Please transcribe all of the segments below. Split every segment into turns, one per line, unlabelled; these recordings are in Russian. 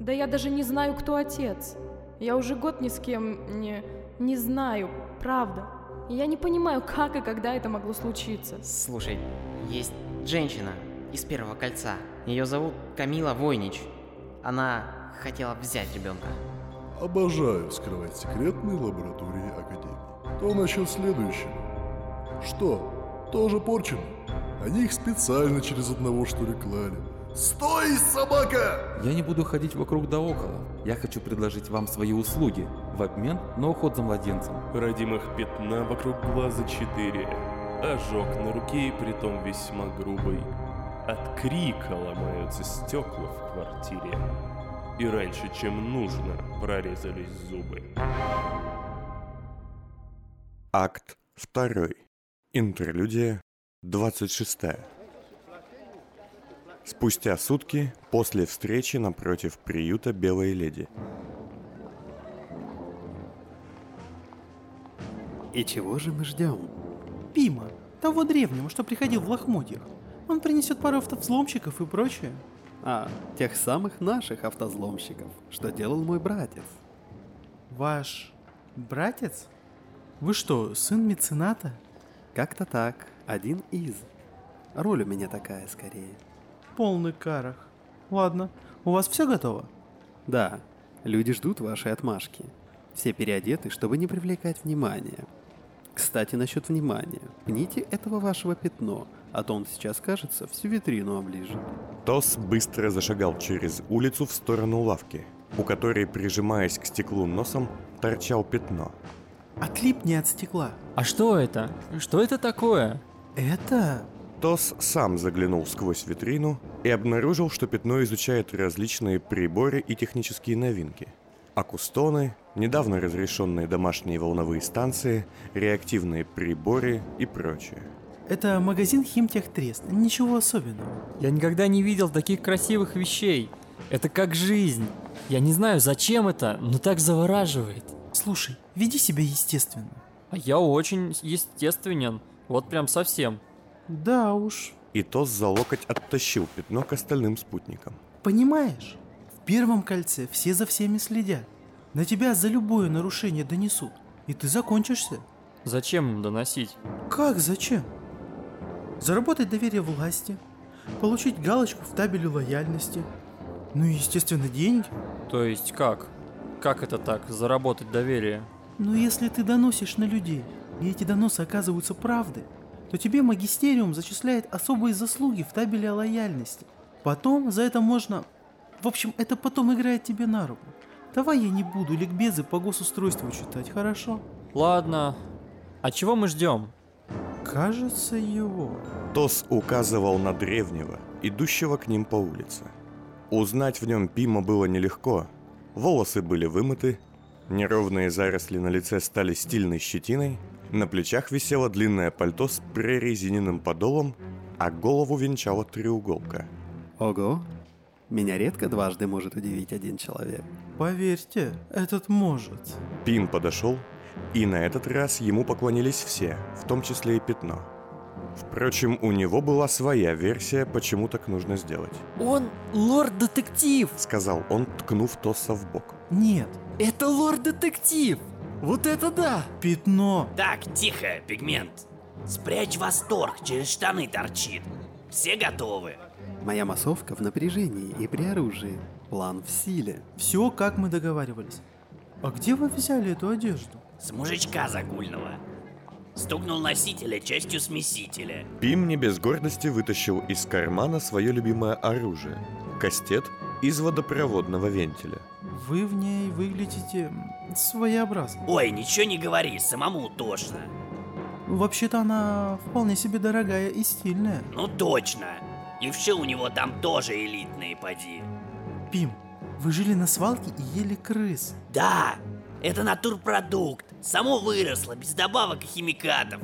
Да я даже не знаю, кто отец. Я уже год ни с кем не... не знаю, правда. И Я не понимаю, как и когда это могло случиться.
Слушай, есть женщина из первого кольца. Ее зовут Камила Войнич. Она хотела взять ребенка.
Обожаю вскрывать секретные лаборатории Академии. То насчет следующего. Что, тоже порчено? Они их специально через одного что ли клали. Стой, собака!
Я не буду ходить вокруг да около. Я хочу предложить вам свои услуги в обмен на уход за младенцем.
Родимых пятна вокруг глаза 4. Ожог на руке и притом весьма грубый. От крика ломаются стекла в квартире. И раньше, чем нужно, прорезались зубы.
Акт 2. Интерлюдия 26. Спустя сутки после встречи напротив приюта Белой Леди.
И чего же мы ждем?
Пима, того древнего, что приходил в лохмотьях. Он принесет пару автовзломщиков и прочее.
А, тех самых наших автозломщиков, что делал мой братец.
Ваш братец? Вы что, сын мецената?
Как-то так, один из. Роль у меня такая скорее.
Полный карах. Ладно, у вас все готово?
Да, люди ждут вашей отмашки. Все переодеты, чтобы не привлекать внимания. Кстати, насчет внимания. Пните этого вашего пятно, а то он сейчас, кажется, всю витрину оближет.
Тос быстро зашагал через улицу в сторону лавки, у которой, прижимаясь к стеклу носом, торчал пятно.
Отлипни от стекла.
А что это? Что это такое?
Это...
Тос сам заглянул сквозь витрину и обнаружил, что пятно изучает различные приборы и технические новинки. Акустоны, недавно разрешенные домашние волновые станции, реактивные приборы и прочее.
Это магазин Химтехтрест. Ничего особенного.
Я никогда не видел таких красивых вещей. Это как жизнь. Я не знаю, зачем это, но так завораживает.
Слушай, веди себя естественно.
А я очень естественен. Вот прям совсем.
Да уж.
И Тос за локоть оттащил пятно к остальным спутникам.
Понимаешь? В первом кольце все за всеми следят. На тебя за любое нарушение донесут. И ты закончишься.
Зачем им доносить?
Как? Зачем? Заработать доверие власти, получить галочку в табеле лояльности, ну и, естественно, деньги.
То есть как? Как это так, заработать доверие?
Но если ты доносишь на людей, и эти доносы оказываются правдой, то тебе магистериум зачисляет особые заслуги в табеле о лояльности. Потом за это можно... В общем, это потом играет тебе на руку. Давай я не буду ликбезы по госустройству читать, хорошо?
Ладно. А чего мы ждем?
Кажется, его.
Тос указывал на древнего, идущего к ним по улице. Узнать в нем Пима было нелегко. Волосы были вымыты, неровные заросли на лице стали стильной щетиной, на плечах висело длинное пальто с прорезиненным подолом, а голову венчала треуголка.
Ого. Меня редко дважды может удивить один человек.
Поверьте, этот может.
Пим подошел, и на этот раз ему поклонились все, в том числе и пятно. Впрочем, у него была своя версия, почему так нужно сделать,
Он лорд-детектив!
сказал он, ткнув Тоса в бок.
Нет,
Это лорд-детектив! Вот это да!
пятно.
Так, тихо, пигмент. Спрячь восторг, через штаны торчит. Все готовы?
Моя массовка в напряжении и при оружии. План в силе.
Все, как мы договаривались. А где вы взяли эту одежду?
С мужичка загульного. Стукнул носителя частью смесителя.
Пим не без гордости вытащил из кармана свое любимое оружие – кастет из водопроводного вентиля.
Вы в ней выглядите м, своеобразно.
Ой, ничего не говори, самому тошно.
Вообще-то она вполне себе дорогая и стильная.
Ну точно. И вши у него там тоже элитные поди.
Пим, вы жили на свалке и ели крыс.
Да, это натурпродукт. Само выросло, без добавок и химикатов.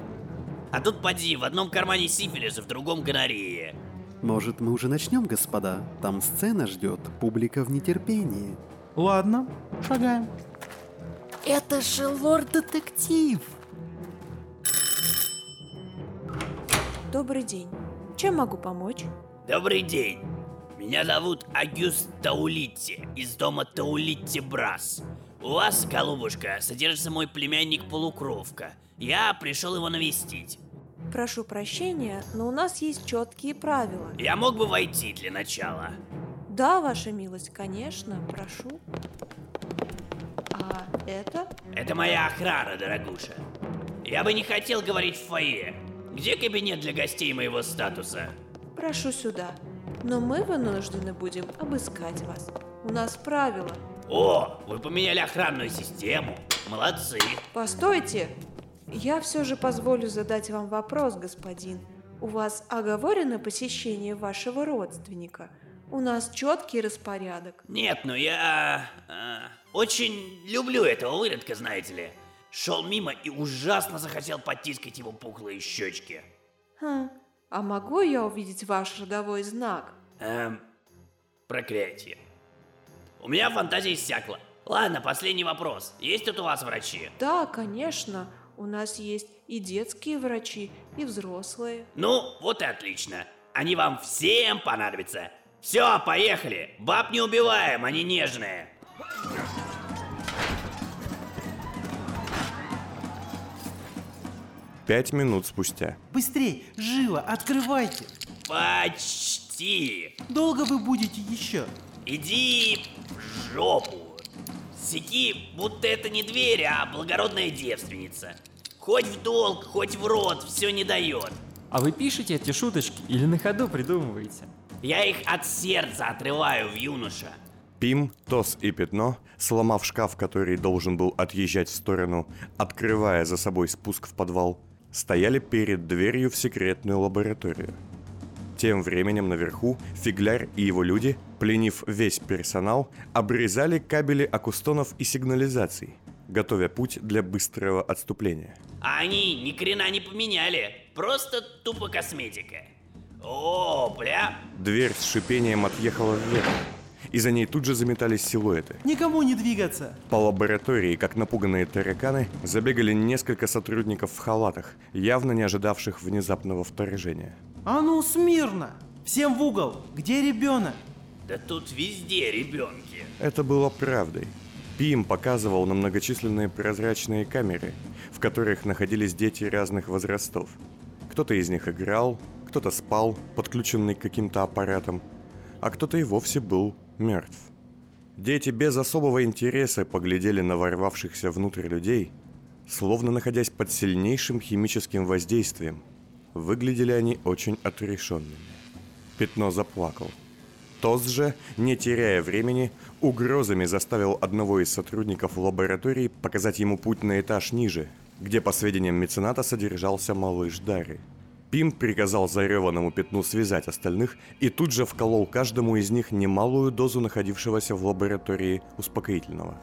А тут поди, в одном кармане сифилис, а в другом гонорея.
Может, мы уже начнем, господа? Там сцена ждет, публика в нетерпении.
Ладно, шагаем.
Это же лорд-детектив!
Добрый день. Чем могу помочь?
Добрый день. Меня зовут Агюст Таулитти из дома Таулитти Брас. У вас, голубушка, содержится мой племянник Полукровка. Я пришел его навестить.
Прошу прощения, но у нас есть четкие правила.
Я мог бы войти для начала.
Да, ваша милость, конечно, прошу. А это?
Это моя охрана, дорогуша. Я бы не хотел говорить в фойе. Где кабинет для гостей моего статуса?
Прошу сюда. Но мы вынуждены будем обыскать вас. У нас правила.
О, вы поменяли охранную систему. Молодцы.
Постойте! Я все же позволю задать вам вопрос, господин. У вас оговорено посещение вашего родственника. У нас четкий распорядок.
Нет, ну я... э, очень люблю этого выродка, знаете ли. Шел мимо и ужасно захотел потискать его пухлые щечки.
Хм. А могу я увидеть ваш родовой знак?
Эм, проклятие. У меня фантазия иссякла. Ладно, последний вопрос. Есть тут у вас врачи?
Да, конечно. У нас есть и детские врачи, и взрослые.
Ну, вот и отлично. Они вам всем понадобятся. Все, поехали. Баб не убиваем, они нежные.
Пять минут спустя.
Быстрей, живо, открывайте.
Почти.
Долго вы будете еще?
Иди в жопу. Секи, будто это не дверь, а благородная девственница. Хоть в долг, хоть в рот, все не дает.
А вы пишете эти шуточки или на ходу придумываете?
Я их от сердца отрываю в юноша.
Пим, Тос и Пятно, сломав шкаф, который должен был отъезжать в сторону, открывая за собой спуск в подвал, стояли перед дверью в секретную лабораторию. Тем временем наверху Фигляр и его люди, пленив весь персонал, обрезали кабели акустонов и сигнализаций, готовя путь для быстрого отступления.
А они ни хрена не поменяли. Просто тупо косметика. О, бля.
Дверь с шипением отъехала вверх, и за ней тут же заметались силуэты.
Никому не двигаться.
По лаборатории, как напуганные тараканы, забегали несколько сотрудников в халатах, явно не ожидавших внезапного вторжения.
А ну смирно! Всем в угол! Где ребенок?
Да тут везде ребенки.
Это было правдой. Пим показывал на многочисленные прозрачные камеры, в которых находились дети разных возрастов. Кто-то из них играл, кто-то спал, подключенный к каким-то аппаратам, а кто-то и вовсе был мертв. Дети без особого интереса поглядели на ворвавшихся внутрь людей, словно находясь под сильнейшим химическим воздействием. Выглядели они очень отрешенными. Пятно заплакал. Тос же, не теряя времени, угрозами заставил одного из сотрудников лаборатории показать ему путь на этаж ниже, где, по сведениям мецената, содержался малыш Дары. Пим приказал зареванному пятну связать остальных и тут же вколол каждому из них немалую дозу находившегося в лаборатории успокоительного.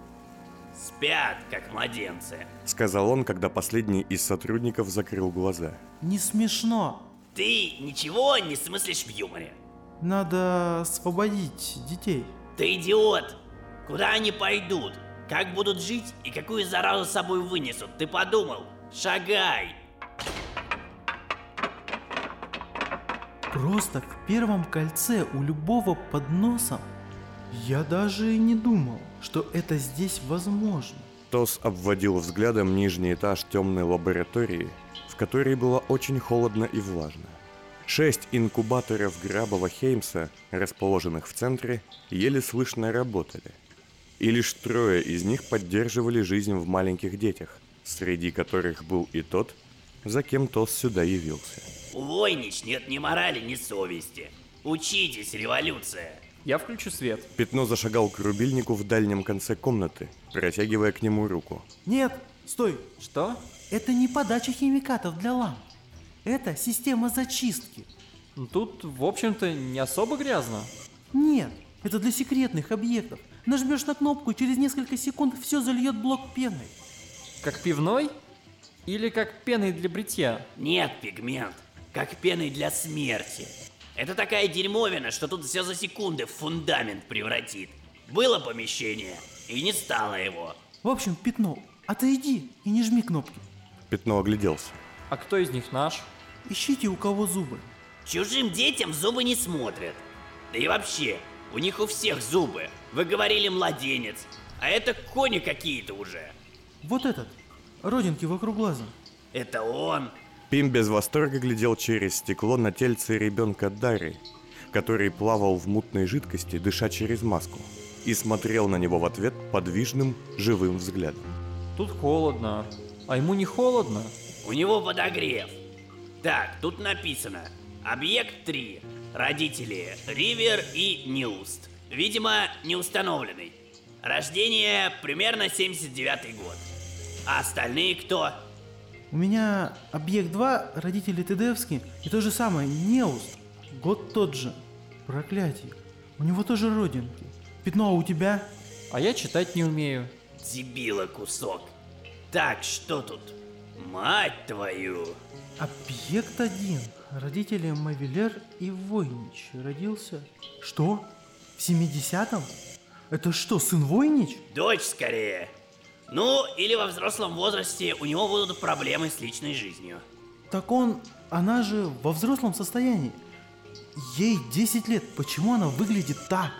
Спят, как младенцы.
Сказал он, когда последний из сотрудников закрыл глаза.
Не смешно.
Ты ничего не смыслишь в юморе.
Надо освободить детей.
Ты идиот! Куда они пойдут? Как будут жить и какую заразу с собой вынесут? Ты подумал? Шагай!
Просто в первом кольце у любого под носом. Я даже и не думал, что это здесь возможно.
Тос обводил взглядом нижний этаж темной лаборатории, в которой было очень холодно и влажно. Шесть инкубаторов Грабова Хеймса, расположенных в центре, еле слышно работали. И лишь трое из них поддерживали жизнь в маленьких детях, среди которых был и тот, за кем Тос сюда явился.
У войнич нет ни морали, ни совести. Учитесь, революция.
Я включу свет.
Пятно зашагал к рубильнику в дальнем конце комнаты, протягивая к нему руку.
Нет, стой.
Что?
Это не подача химикатов для ламп. Это система зачистки.
Ну, Тут, в общем-то, не особо грязно.
Нет, это для секретных объектов. Нажмешь на кнопку, и через несколько секунд все зальет блок пеной.
Как пивной? Или как пеной для бритья?
Нет, пигмент, как пеной для смерти. Это такая дерьмовина, что тут все за секунды в фундамент превратит. Было помещение, и не стало его.
В общем, пятно. Отойди и не жми кнопки.
Пятно огляделся.
А кто из них наш?
Ищите у кого зубы.
Чужим детям в зубы не смотрят. Да и вообще, у них у всех зубы. Вы говорили младенец, а это кони какие-то уже.
Вот этот. Родинки вокруг глаза.
Это он.
Пим без восторга глядел через стекло на тельце ребенка Дарри, который плавал в мутной жидкости, дыша через маску, и смотрел на него в ответ подвижным, живым взглядом.
Тут холодно. А ему не холодно?
У него подогрев. Так, тут написано. Объект 3. Родители Ривер и Ньюст. Видимо, не установленный. Рождение примерно 79 год. А остальные кто?
У меня объект 2, родители Тедевски, и то же самое, Неус. Год тот же. Проклятие. У него тоже родинки. Пятно, а у тебя?
А я читать не умею.
Дебила кусок. Так, что тут? Мать твою!
Объект 1. Родители Мавилер и Войнич. Родился... Что? В 70-м? Это что, сын Войнич?
Дочь скорее. Ну, или во взрослом возрасте у него будут проблемы с личной жизнью.
Так он... Она же во взрослом состоянии. Ей 10 лет. Почему она выглядит так?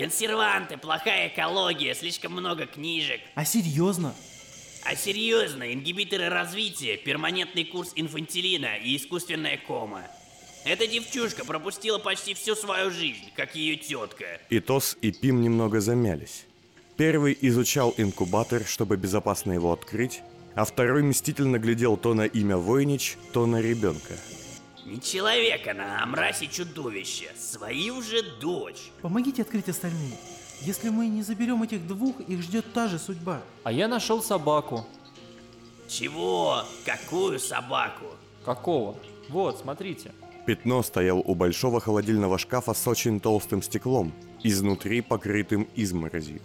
Консерванты, плохая экология, слишком много книжек.
А серьезно?
А серьезно, ингибиторы развития, перманентный курс инфантилина и искусственная кома. Эта девчушка пропустила почти всю свою жизнь, как ее тетка.
И Тос, и Пим немного замялись. Первый изучал инкубатор, чтобы безопасно его открыть, а второй мстительно глядел то на имя Войнич, то на ребенка.
Не человек она, а мразь и чудовище. Свою же дочь.
Помогите открыть остальные. Если мы не заберем этих двух, их ждет та же судьба.
А я нашел собаку.
Чего? Какую собаку?
Какого? Вот, смотрите.
Пятно стоял у большого холодильного шкафа с очень толстым стеклом, изнутри покрытым изморозью.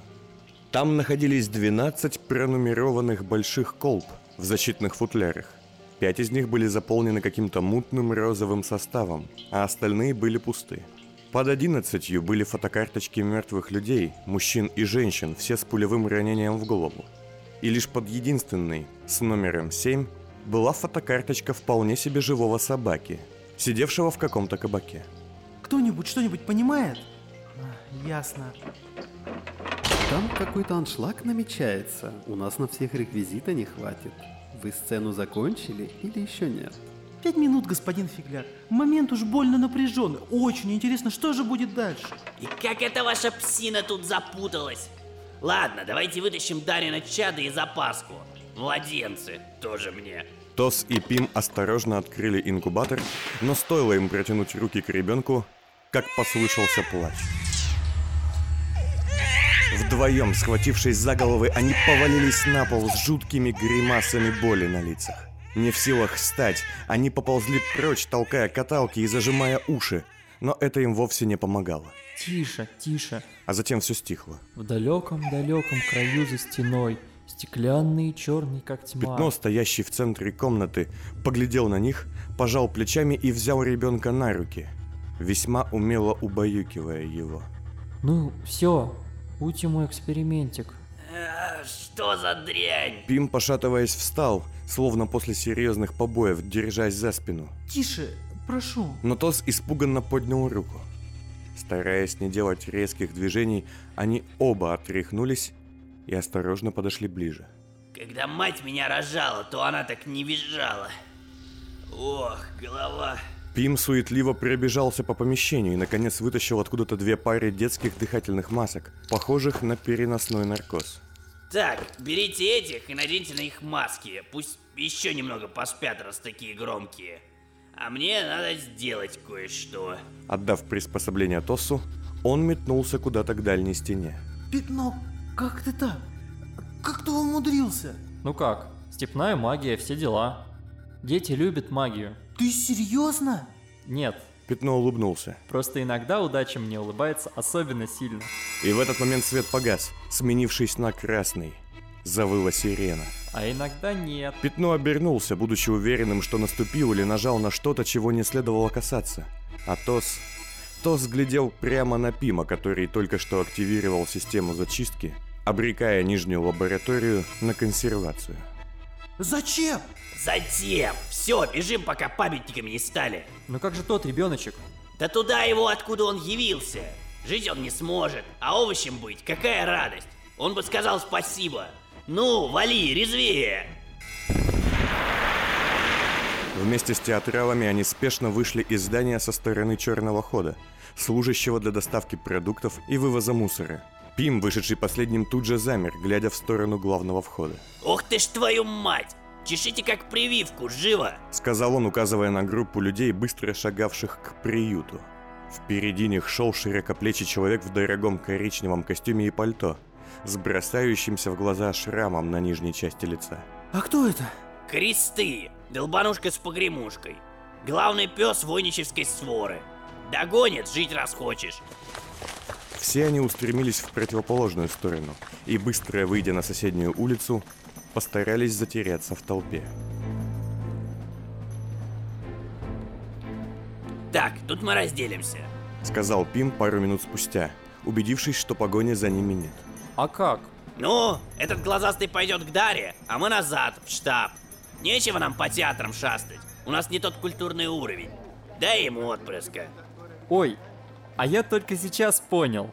Там находились 12 пронумерованных больших колб в защитных футлярах. Пять из них были заполнены каким-то мутным розовым составом, а остальные были пусты. Под одиннадцатью были фотокарточки мертвых людей, мужчин и женщин, все с пулевым ранением в голову. И лишь под единственной, с номером 7, была фотокарточка вполне себе живого собаки, сидевшего в каком-то кабаке.
Кто-нибудь что-нибудь понимает? А, ясно.
Там какой-то аншлаг намечается. У нас на всех реквизита не хватит. Вы сцену закончили или еще нет?
Пять минут, господин Фигляр. Момент уж больно напряженный. Очень интересно, что же будет дальше.
И как эта ваша псина тут запуталась? Ладно, давайте вытащим Дарина Чада и запаску. Младенцы, тоже мне.
Тос и Пим осторожно открыли инкубатор, но стоило им протянуть руки к ребенку, как послышался плач. Вдвоем, схватившись за головы, они повалились на пол с жуткими гримасами боли на лицах. Не в силах встать, они поползли прочь, толкая каталки и зажимая уши, но это им вовсе не помогало.
Тише, тише.
А затем все стихло.
В далеком-далеком краю за стеной стеклянный и черный, как тьма.
Пятно, ну, стоящий в центре комнаты, поглядел на них, пожал плечами и взял ребенка на руки, весьма умело убаюкивая его.
Ну, все, будьте мой экспериментик.
Э, Что за дрянь?
Пим, пошатываясь, встал, словно после серьезных побоев, держась за спину.
Тише, прошу.
Но Тос испуганно поднял руку. Стараясь не делать резких движений, они оба отряхнулись и осторожно подошли ближе.
Когда мать меня рожала, то она так не визжала. Ох, голова.
Пим суетливо пробежался по помещению и, наконец, вытащил откуда-то две пары детских дыхательных масок, похожих на переносной наркоз.
Так, берите этих и наденьте на их маски. Пусть еще немного поспят, раз такие громкие. А мне надо сделать кое-что.
Отдав приспособление Тосу, он метнулся куда-то к дальней стене.
Пятно, как ты так? Как ты умудрился?
Ну как, степная магия, Э, все дела. Дети любят магию.
Ты серьезно?
Нет,
Пятно улыбнулся.
просто иногда удача мне улыбается особенно сильно.
И в этот момент свет погас, сменившись на красный. Завыла сирена.
А иногда нет.
Пятно обернулся, будучи уверенным, что наступил или нажал на что-то, чего не следовало касаться. А Тос... Тос глядел прямо на Пима, который только что активировал систему зачистки, обрекая нижнюю лабораторию на консервацию.
Зачем?
Затем! Все, бежим, пока памятниками не стали.
Ну как же тот ребеночек?
Да туда его, откуда он явился. Жить он не сможет, а овощем быть, какая радость. Он бы сказал спасибо. Ну, вали, резвее.
Вместе с театралами они спешно вышли из здания со стороны черного хода, служащего для доставки продуктов и вывоза мусора. Пим, вышедший последним, тут же замер, глядя в сторону главного входа.
Ох ты ж твою мать! Чешите как прививку, живо!
Сказал он, указывая на группу людей, быстро шагавших к приюту. Впереди них шел широкоплечий человек в дорогом коричневом костюме и пальто, с бросающимся в глаза шрамом на нижней части лица.
А кто это?
Кресты! Долбанушка с погремушкой. Главный пес войнической своры. Догонит, жить раз хочешь.
Все они устремились в противоположную сторону и, быстро выйдя на соседнюю улицу, постарались затеряться в толпе.
Так, тут мы разделимся.
Сказал Пим пару минут спустя, убедившись, что погони за ними нет.
А как?
Ну, этот глазастый пойдет к Даре, а мы назад, в штаб. Нечего нам по театрам шастать. У нас не тот культурный уровень. Дай ему отпрыска.
Ой, а я только сейчас понял.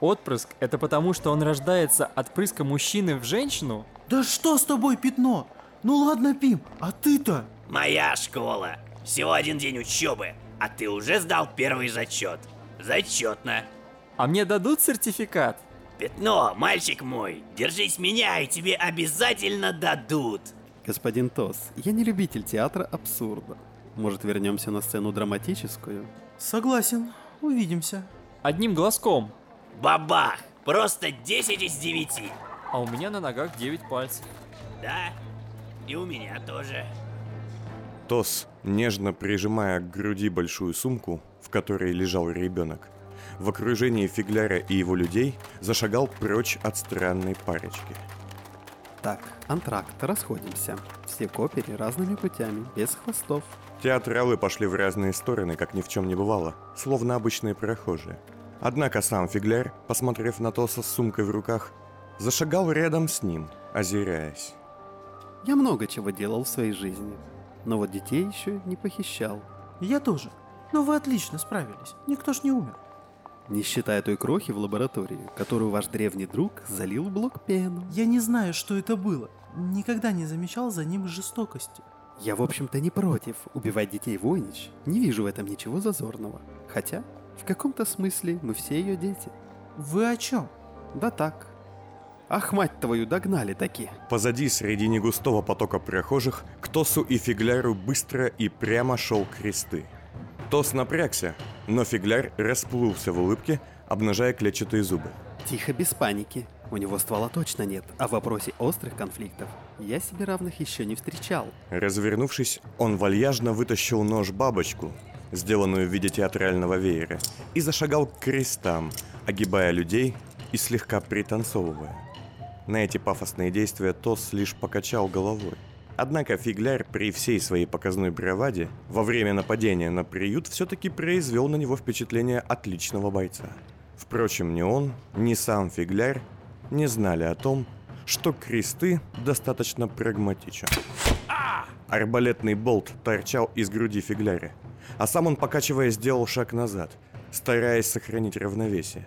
Отпрыск – это потому, что он рождается от прыска мужчины в женщину?
Да что с тобой, пятно? Ну ладно, Пим, а ты-то?
Моя школа. Всего один день учебы, а ты уже сдал первый зачет. Зачетно.
А мне дадут сертификат?
Пятно, мальчик мой, держись меня, и тебе обязательно дадут.
Господин Тос, я не любитель театра абсурда. Может, вернемся на сцену драматическую?
Согласен, увидимся.
Одним глазком.
Бабах! Просто 10 из 9.
А у меня на ногах 9 пальцев.
Да, и у меня тоже.
Тос, нежно прижимая к груди большую сумку, в которой лежал ребенок, в окружении фигляра и его людей зашагал прочь от странной парочки.
Так, антракт, расходимся. Все копери разными путями, без хвостов.
Театралы пошли в разные стороны, как ни в чем не бывало, словно обычные прохожие. Однако сам фигляр, посмотрев на Тоса с сумкой в руках, зашагал рядом с ним, озираясь.
Я много чего делал в своей жизни, но вот детей еще не похищал.
Я тоже. Но вы отлично справились. Никто ж не умер.
Не считая той крохи в лаборатории, которую ваш древний друг залил в блок пену.
Я не знаю, что это было. Никогда не замечал за ним жестокости.
Я, в общем-то, не против убивать детей Войнич. Не вижу в этом ничего зазорного. Хотя, в каком-то смысле мы все ее дети.
Вы о чем?
Да так. Ах, мать твою, догнали такие.
Позади, среди негустого потока прохожих, к Тосу и Фигляру быстро и прямо шел кресты. Тос напрягся, но Фигляр расплылся в улыбке, обнажая клетчатые зубы.
Тихо, без паники. У него ствола точно нет, а в вопросе острых конфликтов я себе равных еще не встречал.
Развернувшись, он вальяжно вытащил нож-бабочку, сделанную в виде театрального веера, и зашагал к крестам, огибая людей и слегка пританцовывая. На эти пафосные действия Тос лишь покачал головой. Однако Фигляр при всей своей показной браваде во время нападения на приют все-таки произвел на него впечатление отличного бойца. Впрочем, ни он, ни сам Фигляр не знали о том, что кресты достаточно прагматичен. Арбалетный болт торчал из груди Фигляра, а сам он, покачивая, сделал шаг назад, стараясь сохранить равновесие.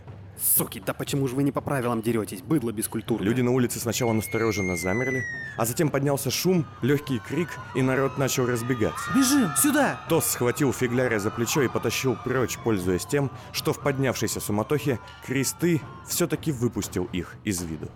Суки, да почему же вы не по правилам деретесь, быдло бескультурное?
Люди на улице сначала настороженно замерли, а затем поднялся шум, легкий крик, и народ начал разбегаться.
Бежим, сюда!
Тос схватил Фигляра за плечо и потащил прочь, пользуясь тем, что в поднявшейся суматохе кресты все-таки выпустил их из виду.